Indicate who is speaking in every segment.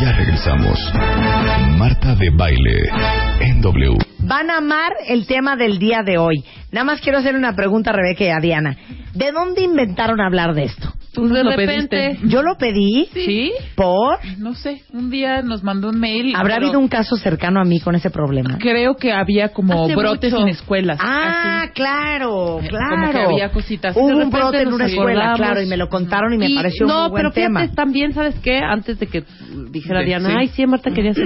Speaker 1: regresamos. Marta de Baile en W.
Speaker 2: Van a amar el tema del día de hoy. Nada más quiero hacer una pregunta a Rebeca y a Diana. ¿De dónde inventaron hablar de esto?
Speaker 3: Tú de repente.
Speaker 2: Yo lo pedí
Speaker 3: ¿Sí?
Speaker 2: por...
Speaker 3: No sé. Un día nos mandó un mail. y-
Speaker 2: ¿Habrá
Speaker 3: pero
Speaker 2: habido un caso cercano a mí con ese problema?
Speaker 3: Creo que había como
Speaker 4: Hace
Speaker 3: brotes
Speaker 4: mucho.
Speaker 3: en escuelas.
Speaker 2: Ah,
Speaker 3: Así.
Speaker 2: claro, claro.
Speaker 3: Como que había cositas.
Speaker 2: Hubo
Speaker 3: De
Speaker 2: un
Speaker 3: repente
Speaker 2: brote en
Speaker 3: nos
Speaker 2: una escuela,
Speaker 3: acordamos.
Speaker 2: claro, y me lo contaron y me
Speaker 4: Y-
Speaker 2: pareció un
Speaker 4: no,
Speaker 2: muy buen
Speaker 4: pero fíjate,
Speaker 2: tema.
Speaker 4: también, ¿sabes qué? Antes de que dijera
Speaker 3: Sí,
Speaker 4: Diana,
Speaker 3: sí.
Speaker 4: ay, sí, Marta, querías...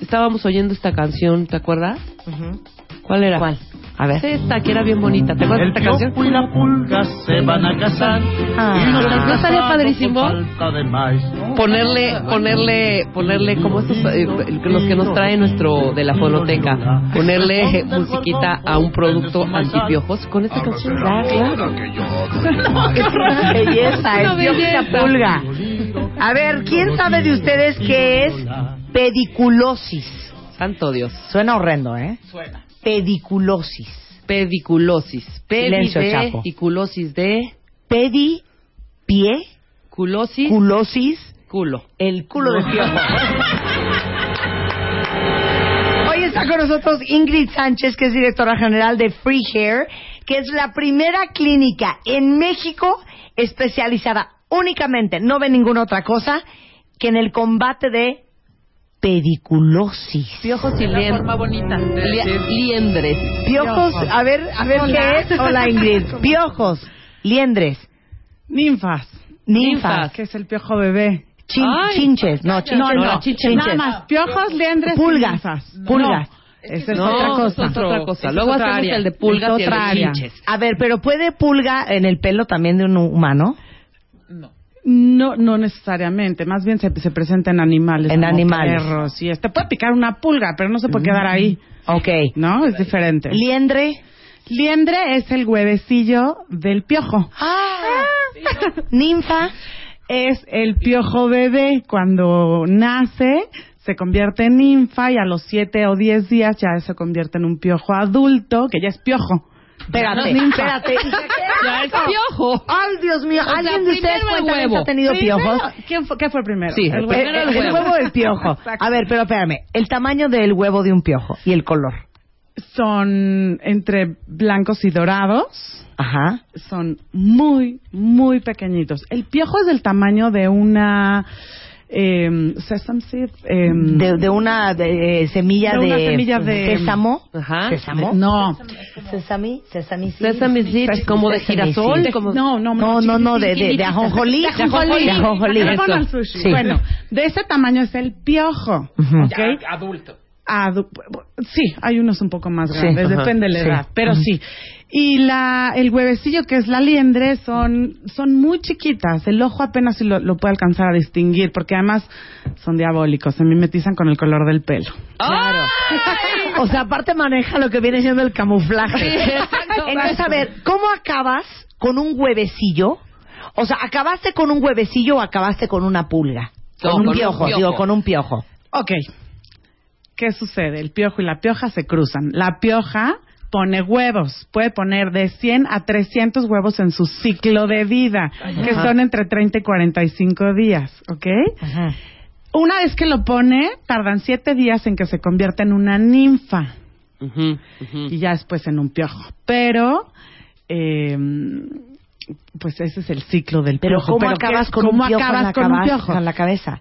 Speaker 4: Estábamos oyendo esta canción, ¿te acuerdas?
Speaker 2: Ujú.
Speaker 4: ¿Cuál era?
Speaker 2: ¿Cuál?
Speaker 4: A ver. Esta, que era bien bonita. ¿Te acuerdas
Speaker 5: El
Speaker 4: de esta canción?
Speaker 5: piojo y la pulga se van a casar.
Speaker 2: Ah.
Speaker 5: y
Speaker 4: ¿No
Speaker 5: no están
Speaker 4: estaría
Speaker 5: casados
Speaker 4: padrísimo?
Speaker 5: por Falta de maíz.
Speaker 4: Ponerle, ponerle, ponerle, como estos, eh, los que nos trae nuestro de la fonoteca, ponerle eh, musiquita a un producto antipiojos con esta canción. Claro, claro.
Speaker 2: Una belleza,
Speaker 4: Una
Speaker 2: es Diosita
Speaker 4: belleza.
Speaker 2: Pulga. A ver, ¿quién sabe de ustedes qué es pediculosis?
Speaker 4: Santo Dios.
Speaker 2: Suena horrendo, ¿eh? Suena. Pediculosis.
Speaker 4: Pediculosis.
Speaker 2: Silencio,
Speaker 4: Pedi
Speaker 2: Chapo.
Speaker 4: y culosis de
Speaker 2: Pedi, pie,
Speaker 4: culosis,
Speaker 2: culosis,
Speaker 4: culo.
Speaker 2: el culo de piojo. Hoy está con nosotros Ingrid Sánchez, que es directora general de Free Hair, que es la primera clínica en México especializada únicamente, no ve ninguna otra cosa, que en el combate de pediculosis.
Speaker 4: Piojos y
Speaker 3: La
Speaker 4: lien-
Speaker 3: forma bonita.
Speaker 4: lia- liendres.
Speaker 2: Piojos, a ver, a ver qué es. Hola Ingrid. Piojos, liendres,
Speaker 6: Ninfas,
Speaker 2: ninfas,
Speaker 6: que es el piojo bebé.
Speaker 2: chin-
Speaker 4: Ay.
Speaker 2: chinches, no, chinches,
Speaker 6: No, no,
Speaker 2: no, chinches.
Speaker 6: Nada más, piojos, liendres, y
Speaker 2: Pulgas,
Speaker 6: ninfas.
Speaker 2: pulgas.
Speaker 6: No, esa es
Speaker 4: No,
Speaker 6: otra
Speaker 4: es
Speaker 6: cosa.
Speaker 4: otra cosa.
Speaker 6: Esa es
Speaker 4: Luego
Speaker 6: otra
Speaker 4: hacemos
Speaker 6: área.
Speaker 4: el de pulgas
Speaker 6: Es
Speaker 4: y el de
Speaker 6: otra área.
Speaker 4: chinches.
Speaker 2: A ver, pero puede pulga en el pelo también de un humano,
Speaker 3: No.
Speaker 6: No, no necesariamente. Más bien se, se presenta en animales.
Speaker 2: En
Speaker 6: como
Speaker 2: animales.
Speaker 6: Perros y este. Puede picar una pulga, pero no se puede quedar ahí.
Speaker 2: ok.
Speaker 6: ¿No? Es diferente.
Speaker 2: Liendre,
Speaker 6: Liendre es el huevecillo del piojo.
Speaker 2: ah, ninfa,
Speaker 6: Es el piojo bebé. Cuando nace, se convierte en ninfa y a los siete o diez días ya se convierte en un piojo adulto, que ya es piojo.
Speaker 2: espérate,
Speaker 6: Ninfa.
Speaker 2: espérate.
Speaker 4: Ya es piojo.
Speaker 2: Ay, Dios mío,
Speaker 4: sea,
Speaker 2: ¿alguien de ustedes
Speaker 4: primero el
Speaker 2: cuéntame,
Speaker 4: huevo.
Speaker 2: ha tenido
Speaker 6: Primero,
Speaker 2: piojos?
Speaker 6: ¿Quién fue, ¿Qué fue primero?
Speaker 4: Sí,
Speaker 6: el
Speaker 4: el
Speaker 6: huevo.
Speaker 4: primero
Speaker 2: Eh,
Speaker 4: el huevo.
Speaker 2: huevo del piojo.
Speaker 6: Exacto.
Speaker 2: A ver, pero espérame, el tamaño del huevo de un piojo y el color.
Speaker 6: Son entre blancos y dorados.
Speaker 2: Ajá.
Speaker 6: Son muy, muy pequeñitos. El piojo es del tamaño de una em, sesame seed. em,
Speaker 2: De, de una de, eh, semilla
Speaker 6: De
Speaker 2: de,
Speaker 6: una semilla de-
Speaker 2: sésamo.
Speaker 4: Ajá.
Speaker 2: ¿Sésamo?
Speaker 6: no.
Speaker 2: Sesami, sesami seed.
Speaker 4: Sesame seeds, como de
Speaker 2: Sesame
Speaker 4: girasol,
Speaker 2: seed.
Speaker 4: como-
Speaker 6: No, no,
Speaker 2: No, no, no, de, de, de ajonjolí.
Speaker 6: De ajonjolí.
Speaker 2: De ajonjolí.
Speaker 6: Ah, con
Speaker 2: Eso.
Speaker 6: el sushi.
Speaker 2: Sí.
Speaker 6: Bueno, de ese tamaño es el piojo.
Speaker 2: Ujú.
Speaker 6: ¿ok?
Speaker 3: Ya, adulto.
Speaker 6: Adu- sí, hay unos un poco más
Speaker 2: Sí,
Speaker 6: grandes,
Speaker 2: ajá,
Speaker 6: depende de la
Speaker 2: sí.
Speaker 6: edad, pero
Speaker 2: Ujú.
Speaker 6: sí. Y la, el huevecillo que es la liendre son, son muy chiquitas, el ojo apenas si lo, lo puede alcanzar a distinguir, porque además son diabólicos, se mimetizan con el color del pelo.
Speaker 4: Claro.
Speaker 2: O sea, aparte maneja lo que viene siendo el camuflaje. Entonces, a ver, ¿cómo acabas con un huevecillo? O sea, ¿acabaste con un huevecillo o acabaste con una pulga?
Speaker 4: No,
Speaker 2: con un
Speaker 4: con un
Speaker 2: piojo,
Speaker 4: piojo.
Speaker 2: digo, con un piojo.
Speaker 6: Ok, ¿qué sucede? El piojo y la pioja se cruzan. La pioja pone huevos, puede poner de 100 a 300 huevos en su ciclo de vida, que son entre 30 y 45 días, ¿ok?
Speaker 2: Ajá.
Speaker 6: Una vez que lo pone, tardan siete días en que se convierta en una ninfa
Speaker 4: Ujú, ujú.
Speaker 6: y ya después en un piojo. Pero, eh, pues ese es el ciclo del
Speaker 2: Pero
Speaker 6: piojo.
Speaker 2: ¿cómo acabas
Speaker 6: ¿qué-
Speaker 2: con
Speaker 6: cómo
Speaker 2: un piojo? en
Speaker 6: acabas
Speaker 2: la
Speaker 6: con un
Speaker 2: cabeza-
Speaker 6: piojo?
Speaker 2: en la cabeza.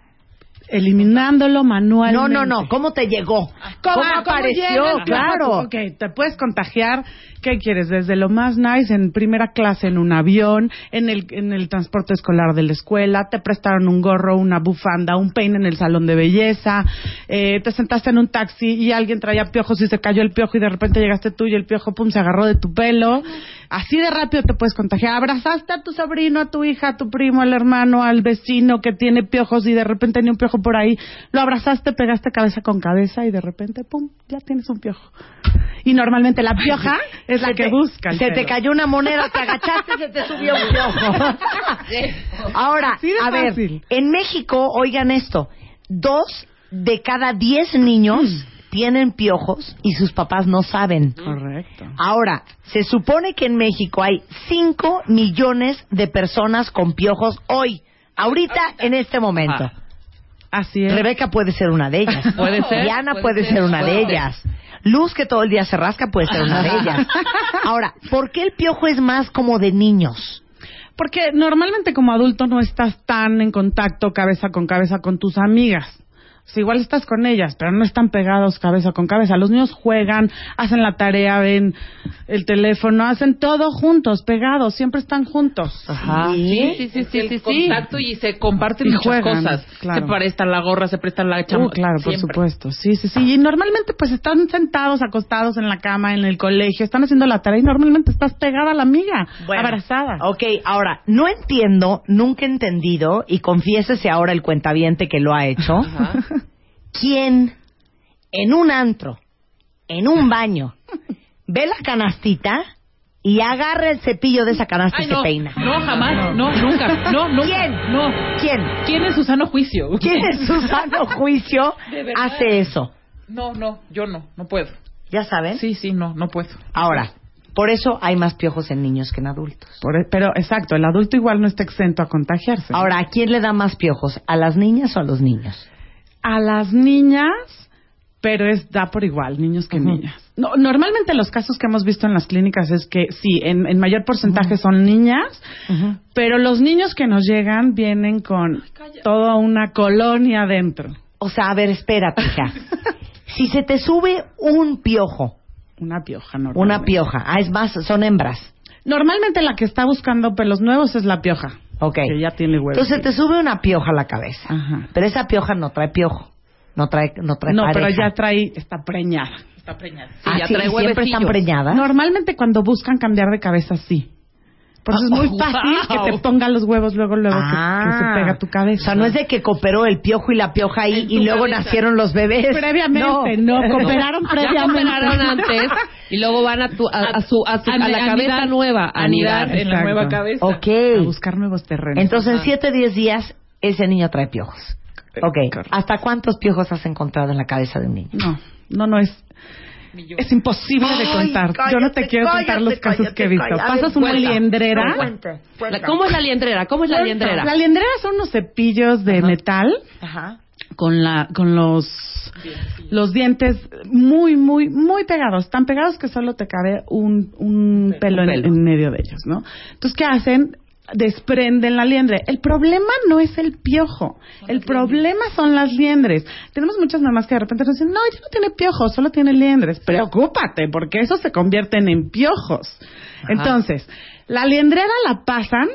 Speaker 6: Eliminándolo
Speaker 2: No,
Speaker 6: manualmente.
Speaker 2: no, no. ¿Cómo te llegó? ¿Cómo, apareció?
Speaker 6: llega el piojo?
Speaker 2: claro.
Speaker 6: Ok, te puedes contagiar. ¿Qué quieres? Desde lo más nice, en primera clase, en un avión, en el, en el transporte escolar de la escuela, te prestaron un gorro, una bufanda, un peine en el salón de belleza, eh, te sentaste en un taxi y alguien traía piojos y se cayó el piojo y de repente llegaste tú y el piojo, pum, se agarró de tu pelo. Así de rápido te puedes contagiar. Abrazaste a tu sobrino, a tu hija, a tu primo, al hermano, al vecino que tiene piojos y de repente tenía un piojo por ahí. Lo abrazaste, pegaste cabeza con cabeza y de repente, pum, ya tienes un piojo. Y normalmente la pioja es la que busca. el
Speaker 2: Se te
Speaker 6: pelo.
Speaker 2: cayó una moneda, te agachaste y se te subió un piojo. Ahora,
Speaker 6: Así de
Speaker 2: a ver,
Speaker 6: fácil.
Speaker 2: en México, oigan esto, dos de cada diez niños tienen piojos y sus papás no saben.
Speaker 6: Mm. Correcto.
Speaker 2: Ahora, se supone que en México hay cinco millones de personas con piojos hoy, ahorita, en este momento.
Speaker 6: Así es.
Speaker 2: Rebeca puede ser una de ellas.
Speaker 4: Puede ser,
Speaker 2: Diana puede,
Speaker 4: puede
Speaker 2: ser,
Speaker 4: ser,
Speaker 2: una
Speaker 4: puede
Speaker 2: de
Speaker 4: ser.
Speaker 2: ellas. Luz, que todo el día se rasca, puede ser una de ellas. Ahora, ¿por qué el piojo es más como de niños?
Speaker 6: Porque normalmente como adulto no estás tan en contacto cabeza con cabeza con tus amigas. O sea, igual estás con ellas, pero no están pegados cabeza con cabeza. Los niños juegan, hacen la tarea, ven el teléfono, hacen todo juntos, pegados, siempre están juntos.
Speaker 4: Ajá.
Speaker 2: Sí.
Speaker 4: Sí.
Speaker 3: Sí, sí, sí,
Speaker 6: El
Speaker 3: sí, sí.
Speaker 6: contacto
Speaker 3: y se comparten
Speaker 6: Y
Speaker 3: muchas
Speaker 6: juegan,
Speaker 3: cosas.
Speaker 6: claro.
Speaker 3: Se prestan la gorra, se prestan la chamba.
Speaker 6: Uh, claro, por supuesto. Sí, sí, sí. Y normalmente pues están sentados, acostados en la cama, en el colegio, están haciendo la tarea y normalmente estás pegada a la amiga, abrazada.
Speaker 2: Ok, ahora, no entiendo, nunca he entendido, y confiésese ahora el cuentaviente que lo ha hecho, ¿quién en un antro, en un baño, ve la canastita y agarra el cepillo de esa canasta
Speaker 3: Ay,
Speaker 2: y se
Speaker 3: no,
Speaker 2: peina?
Speaker 3: no, jamás, no, nunca, no, nunca,
Speaker 2: ¿Quién?
Speaker 3: no.
Speaker 2: ¿Quién?
Speaker 3: ¿Quién en su sano juicio?
Speaker 2: ¿Quién en su sano juicio
Speaker 3: De verdad.
Speaker 2: hace eso?
Speaker 3: No, no, yo no, no puedo.
Speaker 2: ¿Ya saben?
Speaker 3: Sí, sí, no, no puedo.
Speaker 2: Ahora, por eso hay más piojos en niños que en adultos.
Speaker 6: Por- e, pero exacto, el adulto igual no está exento a contagiarse.
Speaker 2: Ahora, ¿a quién le da más piojos? ¿A las niñas o a los niños?
Speaker 6: a las niñas, pero es da por igual, niños que niñas. No, normalmente los casos que hemos visto en las clínicas es que sí, en, en mayor porcentaje son niñas, pero los niños que nos llegan vienen con toda una colonia dentro.
Speaker 2: O sea, a ver, espérate, hija. si se te sube un piojo,
Speaker 6: Una pioja, normalmente.
Speaker 2: una pioja, ah, es más, son hembras.
Speaker 6: Normalmente la que está buscando pelos nuevos es la pioja.
Speaker 2: Ok.
Speaker 6: Que ya tiene huevos.
Speaker 2: Entonces te sube una pioja a la cabeza.
Speaker 6: Ajá.
Speaker 2: Pero esa pioja no trae piojo. No trae, no trae
Speaker 6: No, pero
Speaker 2: pareja.
Speaker 6: ya trae, está preñada.
Speaker 3: Está preñada. Sí,
Speaker 2: Ah,
Speaker 4: ya
Speaker 2: sí,
Speaker 4: trae
Speaker 2: ¿y siempre están
Speaker 4: huevecillos.
Speaker 2: preñadas.
Speaker 6: Normalmente cuando buscan cambiar de cabeza, sí. Por eso es muy
Speaker 3: Oh,
Speaker 6: fácil
Speaker 3: wow.
Speaker 6: que te pongan los huevos luego, luego que- que, se pega tu cabeza.
Speaker 2: Ah. O sea, no es de que cooperó el piojo y la pioja ahí
Speaker 3: En tu
Speaker 2: y luego
Speaker 3: cabeza.
Speaker 2: nacieron los bebés.
Speaker 6: Previamente, no, cooperaron
Speaker 4: Ya
Speaker 6: previamente.
Speaker 4: cooperaron antes y luego van a, tu, a, a su, a, su- a la
Speaker 3: anidar-
Speaker 4: cabeza nueva, a anidar.
Speaker 3: en la
Speaker 6: exacto.
Speaker 3: nueva cabeza.
Speaker 2: Ok.
Speaker 6: A buscar nuevos terrenos.
Speaker 4: Ah.
Speaker 2: Entonces, en 7, 10 días, ese niño trae piojos.
Speaker 4: Eh,
Speaker 2: Ok.
Speaker 6: correcto.
Speaker 2: ¿Hasta cuántos piojos has encontrado en la cabeza de un niño?
Speaker 6: no, no, no es. Es imposible de contar. Yo no te quiero contar los casos que he visto. Pasas una liendrera.
Speaker 4: La- ¿Cómo es la liendrera? ¿Cómo es Pues la liendrera?
Speaker 6: La liendrera son unos cepillos de metal
Speaker 2: Ajá.
Speaker 6: con la con los los dientes muy muy muy pegados tan pegados que solo te cabe un, un pelo,
Speaker 4: un
Speaker 6: En,
Speaker 4: pelo.
Speaker 6: en medio de ellos no entonces qué hacen desprenden la liendre el problema no es el piojo el problema son las liendres tenemos muchas mamás que de repente nos dicen no ella no tiene piojo solo tiene liendres preocúpate porque eso se convierten en piojos entonces la liendrera la pasan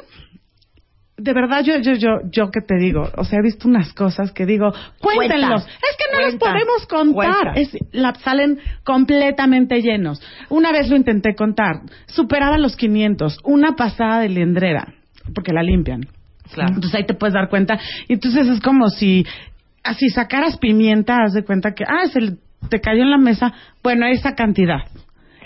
Speaker 6: de verdad, yo, yo, yo, yo que te digo, o sea, he visto unas cosas que digo, cuéntenlos,
Speaker 2: Cuenta.
Speaker 6: es que no los
Speaker 2: Cuenta.
Speaker 6: podemos contar,
Speaker 2: Cuenta.
Speaker 6: Es- la- salen completamente llenos. Una vez lo intenté contar, superaba los 500, una pasada de liendrera, porque la limpian.
Speaker 4: Claro.
Speaker 6: Entonces ahí te puedes dar cuenta, Y entonces es como si, así sacaras pimienta, haz de cuenta que, ah, se le- te cayó en la mesa, bueno, esa cantidad,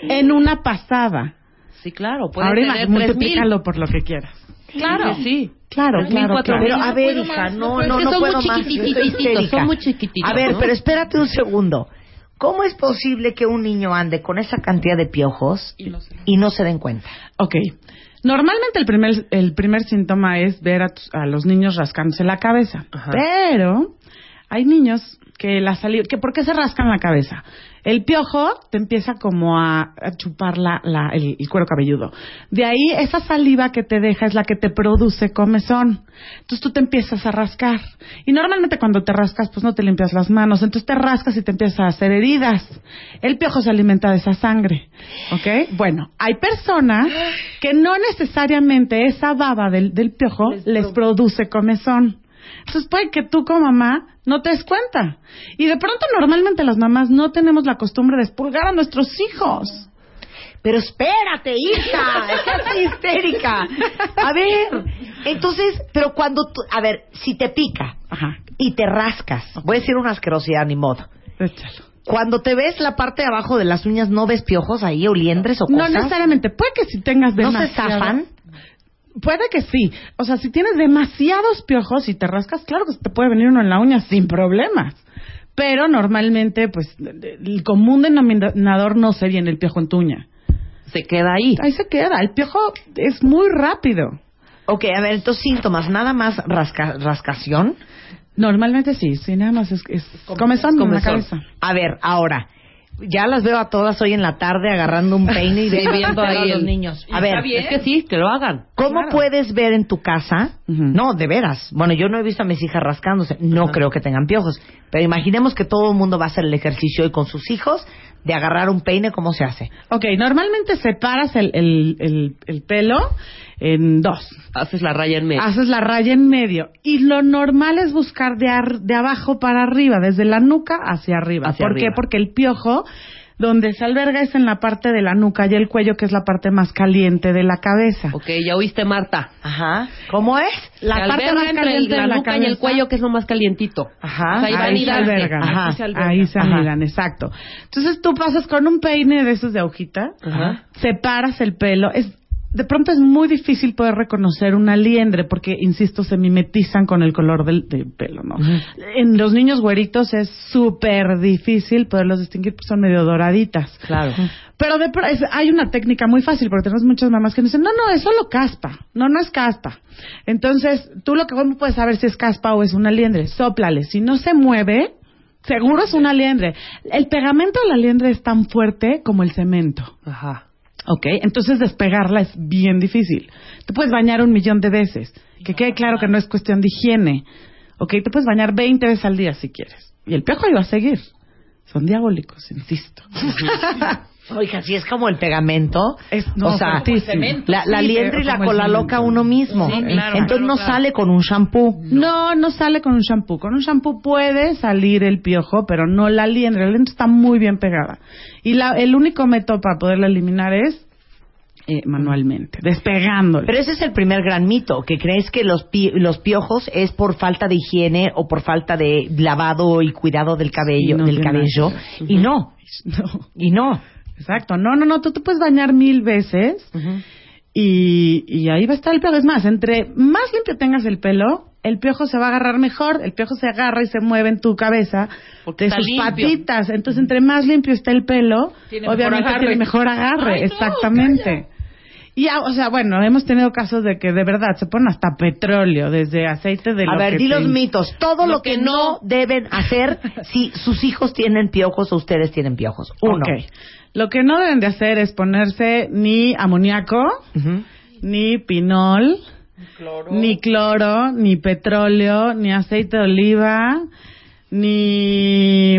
Speaker 6: en una pasada.
Speaker 4: Sí, claro. Puede
Speaker 6: Ahora
Speaker 4: tener
Speaker 6: imagínate,
Speaker 4: 3000.
Speaker 6: multiplícalo por lo que quieras.
Speaker 4: Claro. Sí, sí.
Speaker 6: Claro,
Speaker 4: Tres mil,
Speaker 6: claro,
Speaker 4: cuatro mil.
Speaker 6: claro.
Speaker 2: Pero a
Speaker 4: No
Speaker 2: ver,
Speaker 4: puedo
Speaker 2: hija,
Speaker 4: más,
Speaker 2: no,
Speaker 4: no
Speaker 2: no,
Speaker 4: puedo.
Speaker 2: no
Speaker 4: Son
Speaker 2: puedo
Speaker 4: muy
Speaker 2: más.
Speaker 4: chiquititititos,
Speaker 2: Estoy histérica.
Speaker 4: son muy chiquitititos,
Speaker 2: A ver,
Speaker 4: ¿no?
Speaker 2: pero espérate un segundo. ¿Cómo es posible que un niño ande con esa cantidad de piojos
Speaker 3: Y no se-
Speaker 2: y no se den cuenta?
Speaker 6: Ok. Normalmente el primer, el primer síntoma es ver a, tus- a los niños rascándose la cabeza. Pero hay niños que la saliva... Que ¿Por qué se rascan la cabeza? El piojo te empieza como a, a chupar la, la- el, el cuero cabelludo. De ahí esa saliva que te deja es la que te produce comezón. Entonces tú te empiezas a rascar. Y normalmente cuando te rascas pues no te limpias las manos. Entonces te rascas y te empiezas a hacer heridas. El piojo se alimenta de esa sangre. ¿Ok? Bueno, hay personas que no necesariamente esa baba del, del piojo les, produce comezón. Entonces puede que tú como mamá no te des cuenta. Y de pronto normalmente las mamás no tenemos la costumbre de expulgar a nuestros hijos.
Speaker 2: Pero espérate, hija, estás histérica. A ver, entonces, pero cuando tú, a ver, si te pica
Speaker 6: Ajá,
Speaker 2: y te rascas, voy a decir una asquerosidad ni modo.
Speaker 6: échalo.
Speaker 2: Cuando te ves la parte de abajo de las uñas, ¿no ves piojos ahí o liendres o
Speaker 6: No
Speaker 2: cosas?
Speaker 6: necesariamente, puede que si tengas
Speaker 2: ¿No se
Speaker 6: demasiado-
Speaker 2: zafan?
Speaker 6: Puede que sí. O sea, si tienes demasiados piojos y te rascas, claro que se te puede venir uno en la uña sin problemas. Pero normalmente, pues, el común denominador no se viene el piojo en tu uña.
Speaker 4: Se queda ahí.
Speaker 6: Ahí se queda. El piojo es muy rápido.
Speaker 2: Ok, a ver, entonces síntomas, nada más rasca- rascación.
Speaker 6: Normalmente sí, sí, nada más es, es comezón en la
Speaker 4: comezón.
Speaker 6: cabeza.
Speaker 2: A ver, ahora. Ya las veo a todas hoy en la tarde agarrando un peine y
Speaker 4: Sí,
Speaker 2: viendo
Speaker 4: viendo ahí
Speaker 2: a los
Speaker 4: el-
Speaker 2: niños. A
Speaker 3: Y
Speaker 2: ver,
Speaker 3: está bien.
Speaker 4: Es que sí, que lo hagan.
Speaker 2: ¿Cómo
Speaker 4: Claro.
Speaker 2: puedes ver en tu casa?
Speaker 6: Ujú.
Speaker 2: No, de veras. Bueno, yo no he visto a mis hijas rascándose. No creo que tengan piojos. Pero imaginemos que todo el mundo va a hacer el ejercicio hoy con sus hijos de agarrar un peine, ¿cómo se hace?
Speaker 6: Ok, normalmente separas el, el, el, el pelo en dos.
Speaker 4: Haces la raya en medio.
Speaker 6: Haces la raya en medio. Y lo normal es buscar de, ar- de abajo para arriba, desde la nuca hacia arriba.
Speaker 4: Hacia
Speaker 6: ¿Por
Speaker 4: arriba.
Speaker 6: qué? Porque el piojo, donde se alberga, es en la parte de la nuca y el cuello, que es la parte más caliente de la cabeza.
Speaker 4: Ok, ya oíste, Marta.
Speaker 2: Ajá. ¿Cómo es?
Speaker 6: La
Speaker 4: Se
Speaker 6: parte
Speaker 4: alberga
Speaker 6: más
Speaker 4: entre
Speaker 6: caliente
Speaker 4: la
Speaker 6: de la
Speaker 4: nuca y el
Speaker 6: cabeza.
Speaker 4: cuello, que es lo más calientito.
Speaker 2: Ajá.
Speaker 4: O sea, ahí van
Speaker 6: Ahí
Speaker 4: y
Speaker 6: se
Speaker 4: darse.
Speaker 6: albergan,
Speaker 2: Ajá.
Speaker 6: ahí se albergan, ahí se
Speaker 2: Ajá.
Speaker 6: anidan, exacto. Entonces tú pasas con un peine de esos de hojita,
Speaker 2: Ajá.
Speaker 6: separas el pelo, es de pronto es muy difícil poder reconocer una liendre porque, insisto, se mimetizan con el color del, del pelo, ¿no? En los niños güeritos es súper difícil poderlos distinguir porque son medio doraditas.
Speaker 4: Claro.
Speaker 6: Pero de pro- es- hay una técnica muy fácil, porque tenemos muchas mamás que nos dicen, no, no, es solo caspa. No, no es caspa. Entonces, tú lo que cómo puedes saber si es caspa o es una liendre. Sóplale. Si no se mueve, seguro es una liendre. El pegamento de la liendre es tan fuerte como el cemento.
Speaker 4: Ajá.
Speaker 6: ¿Ok? Entonces, despegarla es bien difícil. Te puedes bañar un millón de veces. Que quede claro que no es cuestión de higiene. ¿Ok? Te puedes bañar 20 veces al día si quieres. Y el piojo ahí va a seguir. Son diabólicos, insisto.
Speaker 2: Oiga, si es como el pegamento.
Speaker 6: Es- no,
Speaker 2: o sea,
Speaker 6: fuertísimo.
Speaker 3: cemento.
Speaker 2: la, la
Speaker 6: Sí,
Speaker 2: liendre
Speaker 6: pero
Speaker 2: y la
Speaker 6: como el
Speaker 2: cola
Speaker 6: cemento.
Speaker 2: loca uno mismo.
Speaker 3: Sí, claro,
Speaker 2: Entonces
Speaker 3: claro,
Speaker 2: no
Speaker 3: claro.
Speaker 2: sale con un shampoo.
Speaker 6: No, no sale con un shampoo. Con un shampoo puede salir el piojo, pero no la liendre. La liendre está muy bien pegada. Y la- el único método para poderla eliminar es eh, manualmente, despegándola.
Speaker 2: Pero ese es el primer gran mito, que crees que los, pi- los piojos es por falta de higiene o por falta de lavado y cuidado del cabello,
Speaker 6: Sí, no,
Speaker 2: del
Speaker 6: de
Speaker 2: cabello,
Speaker 6: nada.
Speaker 2: y no,
Speaker 6: No,
Speaker 2: y no.
Speaker 6: exacto. No, no, no. Tú te puedes bañar mil veces y, y ahí va a estar el piojo. Es más, entre más limpio tengas el pelo, el piojo se va a agarrar mejor. El piojo se agarra y se mueve en tu cabeza
Speaker 4: Porque
Speaker 6: de
Speaker 4: está
Speaker 6: sus
Speaker 4: limpio.
Speaker 6: patitas. Entonces, entre más limpio está el pelo,
Speaker 3: Tiene mejor
Speaker 6: obviamente
Speaker 3: agarre.
Speaker 6: tiene mejor agarre.
Speaker 3: Ay, no,
Speaker 6: exactamente. y, ya, o sea, bueno, hemos tenido casos de que de verdad se ponen hasta petróleo, desde aceite de
Speaker 2: A
Speaker 6: lo
Speaker 2: ver,
Speaker 6: que
Speaker 2: di
Speaker 6: te-
Speaker 2: los mitos. Todo lo, que, no deben hacer si sus hijos tienen piojos o ustedes tienen piojos. Uno.
Speaker 6: Ok. Lo que no deben de hacer es ponerse ni amoníaco,
Speaker 2: Ujú.
Speaker 6: ni pinol,
Speaker 3: Cloro.
Speaker 6: ni cloro, ni petróleo, ni aceite de oliva, ni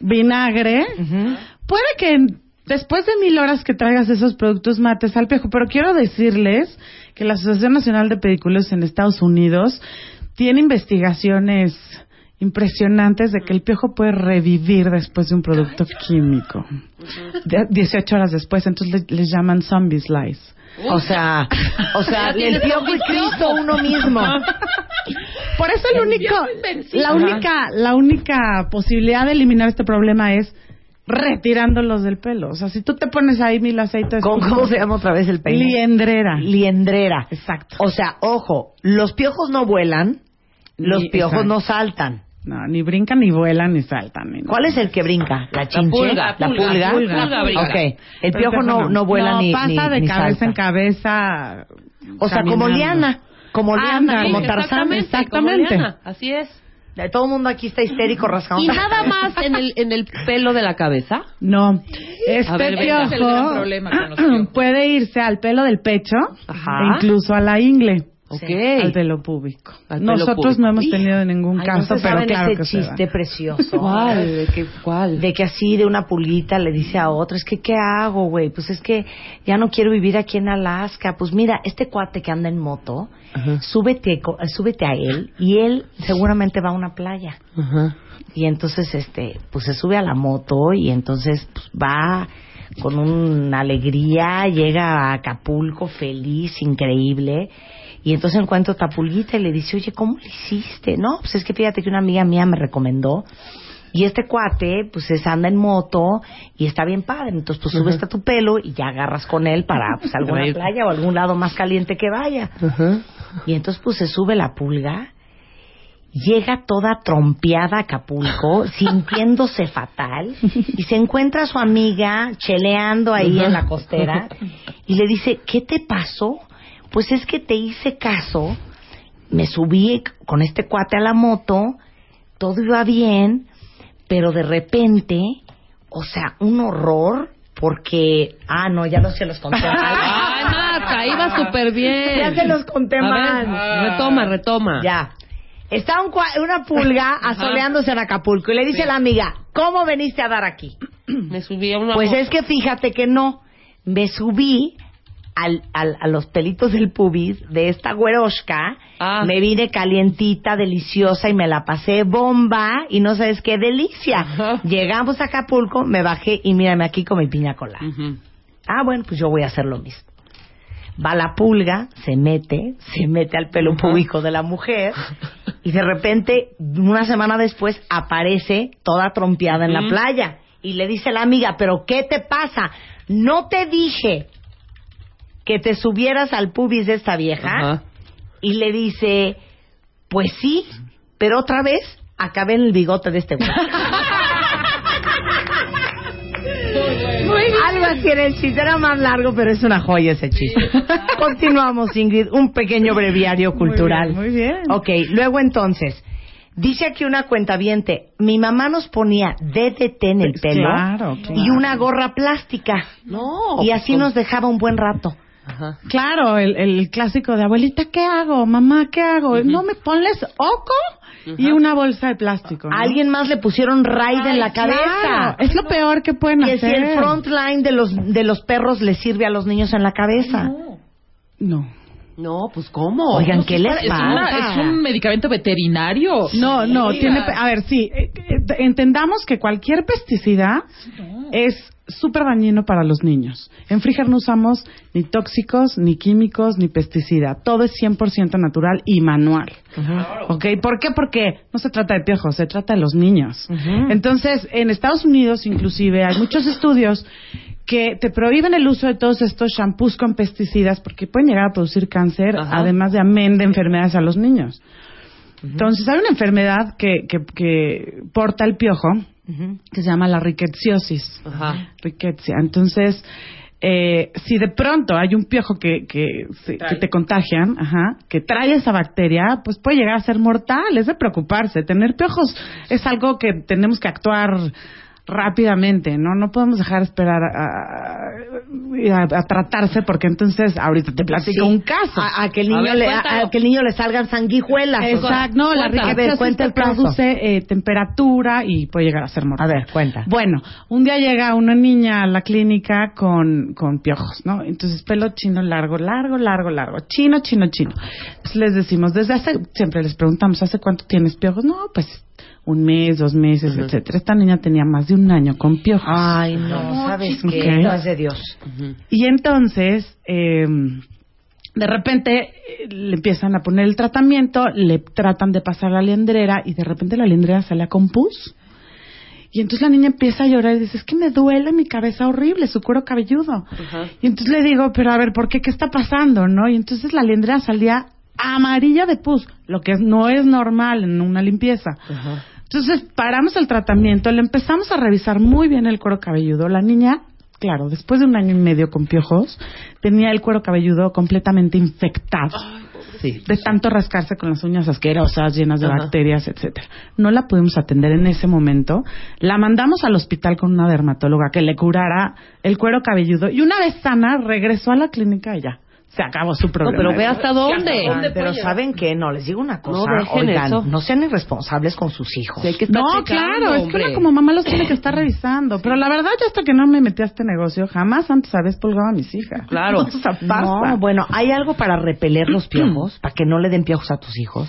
Speaker 6: vinagre.
Speaker 2: Ujú.
Speaker 6: Puede que en- después de mil horas que traigas esos productos mates al pejo, pero quiero decirles que la Asociación Nacional de Pediculos en Estados Unidos tiene investigaciones impresionantes de que el piojo puede revivir después de un producto químico. De- 18 horas después, entonces le- les llaman zombie slice.
Speaker 2: O sea, o sea, el piojo y Cristo uno mismo.
Speaker 6: Por eso el único,
Speaker 3: invencible.
Speaker 6: la única, la única posibilidad de eliminar este problema es retirándolos del pelo. O sea, si tú te pones ahí mil aceites pues,
Speaker 2: ¿Con cómo se llama otra vez el peine?
Speaker 6: Liendrera.
Speaker 2: Liendrera.
Speaker 6: Exacto.
Speaker 2: O sea, ojo, los piojos no vuelan, los
Speaker 6: Ni-
Speaker 2: piojos
Speaker 6: exacto.
Speaker 2: no saltan.
Speaker 6: No, ni brincan, ni vuelan, ni saltan. ni nada.
Speaker 2: ¿Cuál es el que brinca? ¿La chinche?
Speaker 4: pulga,
Speaker 2: ¿La
Speaker 4: pulga,
Speaker 2: pulga? Ah,
Speaker 4: la pulga, la pulga.
Speaker 2: Ok. El piojo no, no vuela
Speaker 6: no,
Speaker 2: ni,
Speaker 6: pasa
Speaker 2: ni-
Speaker 6: de
Speaker 2: ni
Speaker 6: cabeza
Speaker 2: salta.
Speaker 6: en cabeza.
Speaker 2: O sea, como
Speaker 6: caminando.
Speaker 2: liana. Como liana,
Speaker 6: Ándale.
Speaker 2: como
Speaker 6: Sí,
Speaker 2: Tarzán.
Speaker 4: Exactamente, como
Speaker 6: exactamente.
Speaker 4: Liana, Así es.
Speaker 2: Eh, Todo el mundo aquí está histérico rascando.
Speaker 4: Y nada más en el, en el pelo de la cabeza.
Speaker 6: No. Este
Speaker 4: A ver, venga.
Speaker 3: Es el gran
Speaker 6: piojo
Speaker 3: problema con los piojos.
Speaker 6: puede irse al pelo del pecho
Speaker 4: Ajá.
Speaker 6: e incluso a la ingle.
Speaker 4: Ok.
Speaker 6: Al pelo púbico.
Speaker 4: Al pelo
Speaker 6: Nosotros
Speaker 4: púbico.
Speaker 6: no hemos
Speaker 4: Hija.
Speaker 6: tenido ningún
Speaker 2: Ay,
Speaker 6: caso,
Speaker 2: no se
Speaker 6: pero
Speaker 2: saben
Speaker 6: claro
Speaker 2: ese
Speaker 6: que se da.
Speaker 2: chiste precioso.
Speaker 4: ¿Cuál? ¿De qué- ¿Cuál?
Speaker 2: De que así de una pulguita le dice a otra, es que ¿qué hago, güey? Pues es que ya no quiero vivir aquí en Alaska. Pues mira, este cuate que anda en moto, súbete, co- eh, súbete a él y él seguramente va a una playa.
Speaker 4: Ajá.
Speaker 2: Y entonces, este, pues se sube a la moto y entonces pues, va con una alegría, llega a Acapulco feliz, increíble. Y entonces encuentra a Tapulguita y le dice, oye, ¿cómo le hiciste? No, pues es que fíjate que una amiga mía me recomendó. Y este cuate, pues es, anda en moto y está bien padre. Entonces, pues subes a tu pelo y ya agarras con él para pues, alguna
Speaker 4: Reírte.
Speaker 2: playa o algún lado más caliente que vaya.
Speaker 4: Ajá.
Speaker 2: Y entonces pues se sube la pulga, llega toda trompeada a Acapulco, sintiéndose fatal, y se encuentra a su amiga cheleando ahí en la costera, y le dice, ¿qué te pasó? Pues es que te hice caso me subí con este cuate a la moto, todo iba bien, pero de repente, o sea, un horror, porque, ah, no, ya no se los conté.
Speaker 4: Ay, Marta, iba súper bien.
Speaker 2: Ya se los conté
Speaker 4: A
Speaker 2: mal.
Speaker 4: ver, Ah. retoma, retoma.
Speaker 2: Ya. Está un cua- una pulga asoleándose en Acapulco y le dice a la amiga, ¿cómo veniste a dar aquí?
Speaker 4: Me subí a una
Speaker 2: Pues
Speaker 4: moto.
Speaker 2: es que fíjate que no. Me subí al, al- a los pelitos del pubis de esta güerosca.
Speaker 4: Ah.
Speaker 2: Me vine calientita, deliciosa y me la pasé bomba. Y no sabes qué delicia.
Speaker 4: Ajá.
Speaker 2: Llegamos a Acapulco, me bajé y mírame aquí con mi piña colada.
Speaker 4: Ujú.
Speaker 2: Ah, bueno, pues yo voy a hacer lo mismo. Va la pulga, se mete, se mete al pelo púbico de la mujer y de repente, una semana después, aparece toda trompeada en la playa y le dice la amiga, pero ¿qué te pasa? No te dije que te subieras al pubis de esta vieja
Speaker 4: Ajá.
Speaker 2: y le dice, pues sí, pero otra vez acabé en el bigote de este güey. Algo así era el chiste, era más largo, pero es una joya ese chiste. Continuamos, Ingrid, un pequeño breviario cultural.
Speaker 6: Muy bien. muy bien.
Speaker 2: Ok, luego entonces, dice aquí una cuentaviente, mi mamá nos ponía DDT en el
Speaker 6: Pues
Speaker 2: pelo
Speaker 6: claro,
Speaker 2: y
Speaker 6: claro.
Speaker 2: una gorra plástica
Speaker 4: No.
Speaker 2: y así nos dejaba un buen rato.
Speaker 4: Ajá.
Speaker 6: Claro, el, el clásico de abuelita, ¿qué hago? Mamá, ¿qué hago? No me pones oco y una bolsa de plástico. ¿no?
Speaker 2: A alguien más le pusieron raid en la
Speaker 6: Claro,
Speaker 2: cabeza.
Speaker 6: es lo peor que pueden
Speaker 2: Que si
Speaker 6: hacer.
Speaker 2: el front line de los, de los perros le sirve a los niños en la cabeza.
Speaker 6: No.
Speaker 4: No, pues ¿cómo?
Speaker 2: Oigan,
Speaker 4: No,
Speaker 2: ¿qué
Speaker 4: sí,
Speaker 2: les
Speaker 4: es
Speaker 3: Es,
Speaker 2: pasa?
Speaker 4: una-
Speaker 3: una- es un medicamento veterinario.
Speaker 6: No, no,
Speaker 3: Mira.
Speaker 6: tiene.
Speaker 2: ah.
Speaker 6: pe- A ver, sí, eh, eh, entendamos que cualquier pesticida es súper dañino para los niños. En Friger no usamos ni tóxicos, ni químicos, ni pesticida. Todo es 100% natural y manual. ¿Ok? ¿Por qué? Porque no se trata de piojos, se trata de los niños. Entonces, en Estados Unidos, inclusive, hay muchos estudios que te prohíben el uso de todos estos shampoos con pesticidas porque pueden llegar a producir cáncer,
Speaker 4: Ajá.
Speaker 6: además de amén de enfermedades a los niños. Entonces, hay una enfermedad que, que, que porta el piojo que se llama la rickettsiasis.
Speaker 4: Ajá.
Speaker 6: Rickettsia. Entonces, eh, si de pronto hay un piojo que, que, se-
Speaker 3: Trae.
Speaker 6: que te contagian, ajá, que trae esa bacteria, pues puede llegar a ser mortal. Es de preocuparse. Tener piojos es algo que tenemos que actuar rápidamente, ¿no? No podemos dejar esperar a, a- a tratarse porque entonces ahorita te platico
Speaker 2: Sí.
Speaker 6: un caso.
Speaker 2: A, a que el
Speaker 4: A
Speaker 2: niño
Speaker 4: ver,
Speaker 2: le, a-
Speaker 4: cuéntalo.
Speaker 2: a que el niño le salgan sanguijuelas. o sea.
Speaker 6: Exacto, no, la
Speaker 2: cuéntalo. A ver,
Speaker 6: riqueza
Speaker 2: cuenta el caso.
Speaker 6: produce eh, temperatura y puede llegar a ser mortal.
Speaker 2: A ver, cuenta.
Speaker 6: Bueno, un día llega una niña a la clínica con, con piojos, ¿no? Entonces, pelo chino largo, largo, largo, largo, chino, chino, chino. Pues les decimos, desde hace, siempre les preguntamos, ¿hace cuánto tienes piojos? No, pues un mes, dos meses, etcétera. Esta niña tenía más de un año con piojos.
Speaker 2: Ay, no, ¿sabes
Speaker 6: chico.
Speaker 2: qué?
Speaker 6: Ok.
Speaker 2: No es de Dios.
Speaker 6: Y entonces, eh, de repente eh, le empiezan a poner el tratamiento, le tratan de pasar la liendrera y de repente la liendrera sale con pus. Y entonces la niña empieza a llorar y dice, es que me duele mi cabeza horrible, su cuero cabelludo.
Speaker 4: Ajá.
Speaker 6: Y entonces le digo, pero a ver, ¿por qué? ¿Qué está pasando? ¿No? Y entonces la liendrera salía amarilla de pus, lo que es- no es normal en una limpieza.
Speaker 4: Ajá.
Speaker 6: Entonces paramos el tratamiento, le empezamos a revisar muy bien el cuero cabelludo. La niña, claro, después de un año y medio con piojos, tenía el cuero cabelludo completamente infectado.
Speaker 4: Sí.
Speaker 6: De tanto rascarse con las uñas asquerosas, llenas de
Speaker 4: Ajá.
Speaker 6: bacterias, etcétera. No la pudimos atender en ese momento. La mandamos al hospital con una dermatóloga que le curara el cuero cabelludo. Y una vez sana, regresó a la clínica y ya. Se acabó su
Speaker 4: No,
Speaker 6: problema.
Speaker 4: pero ve hasta dónde.
Speaker 2: Ah, Pero ¿saben qué? No, les digo una cosa.
Speaker 4: dejen
Speaker 2: oigan,
Speaker 4: eso.
Speaker 2: no sean irresponsables con sus hijos.
Speaker 4: Sí, hay que estar
Speaker 6: No,
Speaker 4: checando,
Speaker 6: claro, es que
Speaker 4: hombre.
Speaker 6: uno como mamá los tiene que estar revisando. Pero la verdad, yo hasta que no me metí a este negocio, jamás antes había expulgado a mis hijas.
Speaker 4: Claro.
Speaker 6: O sea, pasa.
Speaker 2: No, bueno, ¿hay algo para repeler los piojos? ¿Para que no le den piojos a tus hijos?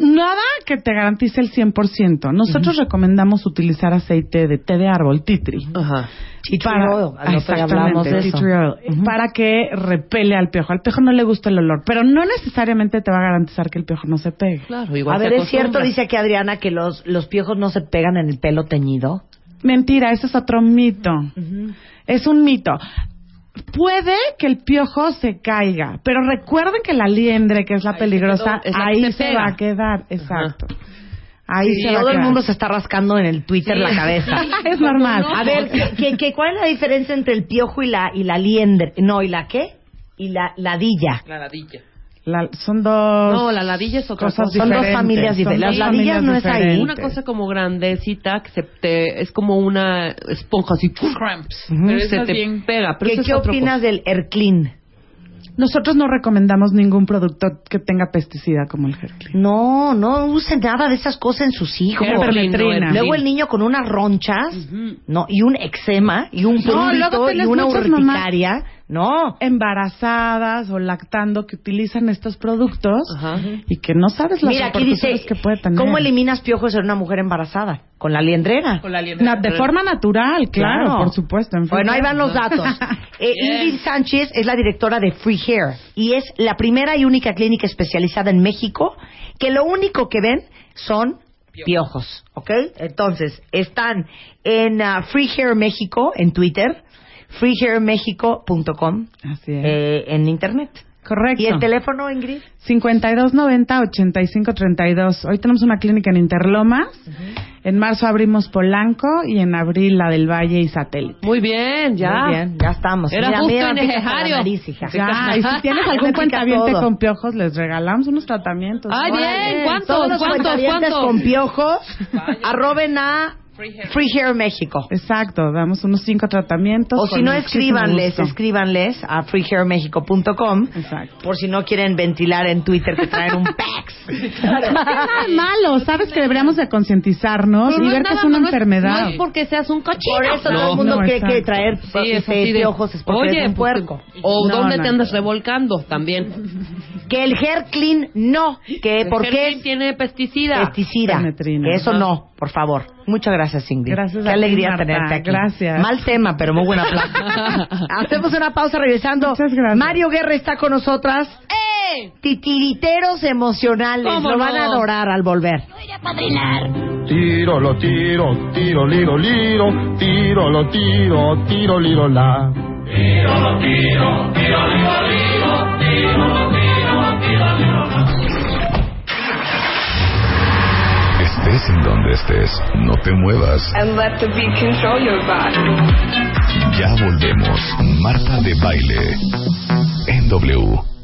Speaker 6: Nada que te garantice el 100%. Nosotros recomendamos utilizar aceite de té de árbol, tea tree.
Speaker 4: Ajá.
Speaker 2: Tea tree
Speaker 6: Para-
Speaker 2: oil, al otro día Ah, hablamos de
Speaker 6: Exactamente,
Speaker 2: eso.
Speaker 6: tea tree oil, Para que repele al piojo. Al piojo no le gusta el olor, pero no necesariamente te va a garantizar que el piojo no se pegue.
Speaker 4: Claro, igual
Speaker 2: A
Speaker 4: se
Speaker 2: ver, es
Speaker 4: acostumbra.
Speaker 2: cierto, dice aquí Adriana, que los, los piojos no se pegan en el pelo teñido.
Speaker 6: Mentira, ese es otro mito. Es un mito. Puede que el piojo se caiga, pero recuerden que la liendre, que es la
Speaker 4: Ahí se
Speaker 6: peligrosa,
Speaker 4: quedó, es la que
Speaker 6: ahí
Speaker 4: se
Speaker 6: se,
Speaker 4: pega.
Speaker 6: va a quedar. Exacto. Ahí
Speaker 2: Y
Speaker 6: se va a
Speaker 2: todo el
Speaker 6: quedar.
Speaker 2: mundo se está rascando en el Twitter
Speaker 4: Sí.
Speaker 2: la cabeza.
Speaker 6: es normal.
Speaker 2: A ver, ¿qué- qué, qué- cuál es la diferencia entre el piojo y la, y la liendre? No, ¿y la qué? Y la ladilla.
Speaker 3: La ladilla.
Speaker 6: La- son dos.
Speaker 4: No, la ladilla es otra
Speaker 6: cosas
Speaker 4: cosa.
Speaker 2: Son dos
Speaker 6: diferentes,
Speaker 2: familias
Speaker 6: son
Speaker 2: diferentes. Las
Speaker 6: dos
Speaker 2: ladillas
Speaker 6: familias
Speaker 2: no es ahí.
Speaker 6: diferentes.
Speaker 4: Una cosa como grandecita que se te- es como una esponja así
Speaker 3: Cramps.
Speaker 2: Ujú.
Speaker 3: Pero es
Speaker 4: se
Speaker 3: más
Speaker 4: te
Speaker 3: bien...
Speaker 4: pega. Pero
Speaker 2: ¿Qué,
Speaker 4: eso es
Speaker 2: qué
Speaker 4: otro
Speaker 2: opinas del Erclin?
Speaker 6: Nosotros no recomendamos ningún producto que tenga pesticida como el Herclin.
Speaker 2: No, no usen nada de esas cosas en sus hijos.
Speaker 6: Como
Speaker 3: Herclin, no,
Speaker 6: perletrina.
Speaker 3: Herclin.
Speaker 2: Luego el niño con unas ronchas,
Speaker 4: Ujú.
Speaker 2: no, y un eczema, y un
Speaker 6: No, luego
Speaker 2: prurito,
Speaker 6: te
Speaker 2: y
Speaker 6: les
Speaker 2: una
Speaker 6: muchas mamás.
Speaker 2: urticaria. No,
Speaker 6: Embarazadas o lactando que utilizan estos productos
Speaker 4: Ajá.
Speaker 6: y que no sabes las
Speaker 2: mira, aquí dice,
Speaker 6: repercusiones que puede tener.
Speaker 2: ¿cómo eliminas piojos en una mujer embarazada? Con la liendrera.
Speaker 3: Con la liendra.
Speaker 6: Na- de forma natural, claro,
Speaker 2: Claro.
Speaker 6: por supuesto. en fin.
Speaker 2: Bueno, ahí van los datos. Eh,
Speaker 3: Bien.
Speaker 2: Ingrid Sánchez es la directora de Free Hair y es la primera y única clínica especializada en México que lo único que ven son piojos, ¿ok? Entonces, están en ah, Free Hair México en Twitter, freehairmexico.com
Speaker 6: Así es.
Speaker 2: eh, en internet.
Speaker 6: Correcto.
Speaker 2: ¿Y el teléfono, Ingrid?
Speaker 6: 5290-8532. Hoy tenemos una clínica en Interlomas. En marzo abrimos Polanco y en abril la del Valle y Satélite.
Speaker 4: Muy bien, ya.
Speaker 2: Muy bien, ya estamos.
Speaker 4: Era
Speaker 2: Mira,
Speaker 4: justo
Speaker 2: mira,
Speaker 4: y
Speaker 2: me pica hasta la
Speaker 4: necesario.
Speaker 2: nariz, hija.
Speaker 6: Ya, y si tienes algún
Speaker 2: Me pica
Speaker 6: cuentaviente
Speaker 2: todo.
Speaker 6: con piojos, les regalamos unos tratamientos.
Speaker 4: Ay, bien,
Speaker 2: Órale,
Speaker 4: ¿cuántos,
Speaker 2: todos los
Speaker 4: cuántos,
Speaker 2: cuentavientes
Speaker 4: cuántos?
Speaker 2: con piojos, arroben a
Speaker 3: Free Hair.
Speaker 2: Free Hair México.
Speaker 6: Exacto, damos unos cinco tratamientos.
Speaker 2: O si
Speaker 6: con
Speaker 2: no,
Speaker 6: muchísimo
Speaker 2: escríbanles,
Speaker 6: gusto.
Speaker 2: escríbanles a freehairmexico.com
Speaker 6: Exacto.
Speaker 2: por si no quieren ventilar en Twitter que traen un PAX.
Speaker 6: Nada malo, sabes que deberíamos de concientizarnos
Speaker 4: Pero
Speaker 6: y
Speaker 4: Pues no
Speaker 6: ver que
Speaker 4: nada
Speaker 6: es una
Speaker 4: malo, no
Speaker 6: enfermedad.
Speaker 4: No es porque seas un cochino.
Speaker 2: Por eso todo
Speaker 4: No.
Speaker 2: el mundo
Speaker 6: no,
Speaker 2: cree que
Speaker 6: exacto.
Speaker 2: traer
Speaker 4: Sí, es
Speaker 2: este,
Speaker 4: así de,
Speaker 2: piojos es porque
Speaker 4: Oye,
Speaker 2: es un
Speaker 4: pues,
Speaker 2: puerco.
Speaker 4: O
Speaker 6: No,
Speaker 4: dónde
Speaker 6: no.
Speaker 4: te andas revolcando también.
Speaker 2: Que el hair clean no, que
Speaker 4: El
Speaker 2: porque
Speaker 4: Herclin
Speaker 2: es
Speaker 4: tiene pesticida.
Speaker 2: pesticida.
Speaker 6: Penetrina.
Speaker 2: Que eso
Speaker 4: Ajá.
Speaker 2: no, por favor. Muchas gracias, Ingrid.
Speaker 6: Gracias
Speaker 2: Qué
Speaker 6: a ti,
Speaker 2: alegría
Speaker 6: Marta.
Speaker 2: tenerte aquí.
Speaker 6: Gracias.
Speaker 2: Mal tema, pero muy buena plática. Hacemos una pausa regresando.
Speaker 6: Muchas gracias.
Speaker 2: Mario Guerra está con nosotras.
Speaker 4: ¡Eh!
Speaker 2: Titiriteros emocionales.
Speaker 4: ¿Cómo
Speaker 2: Lo van a
Speaker 4: no?
Speaker 2: adorar al volver.
Speaker 5: Tiro, lo tiro, tiro, liro, liro, tiro, lo tiro, tiro, liro, la.
Speaker 1: Estés en donde estés, no te muevas.
Speaker 7: and let the beat control your body.
Speaker 1: Ya volvemos. Marta de baile en W.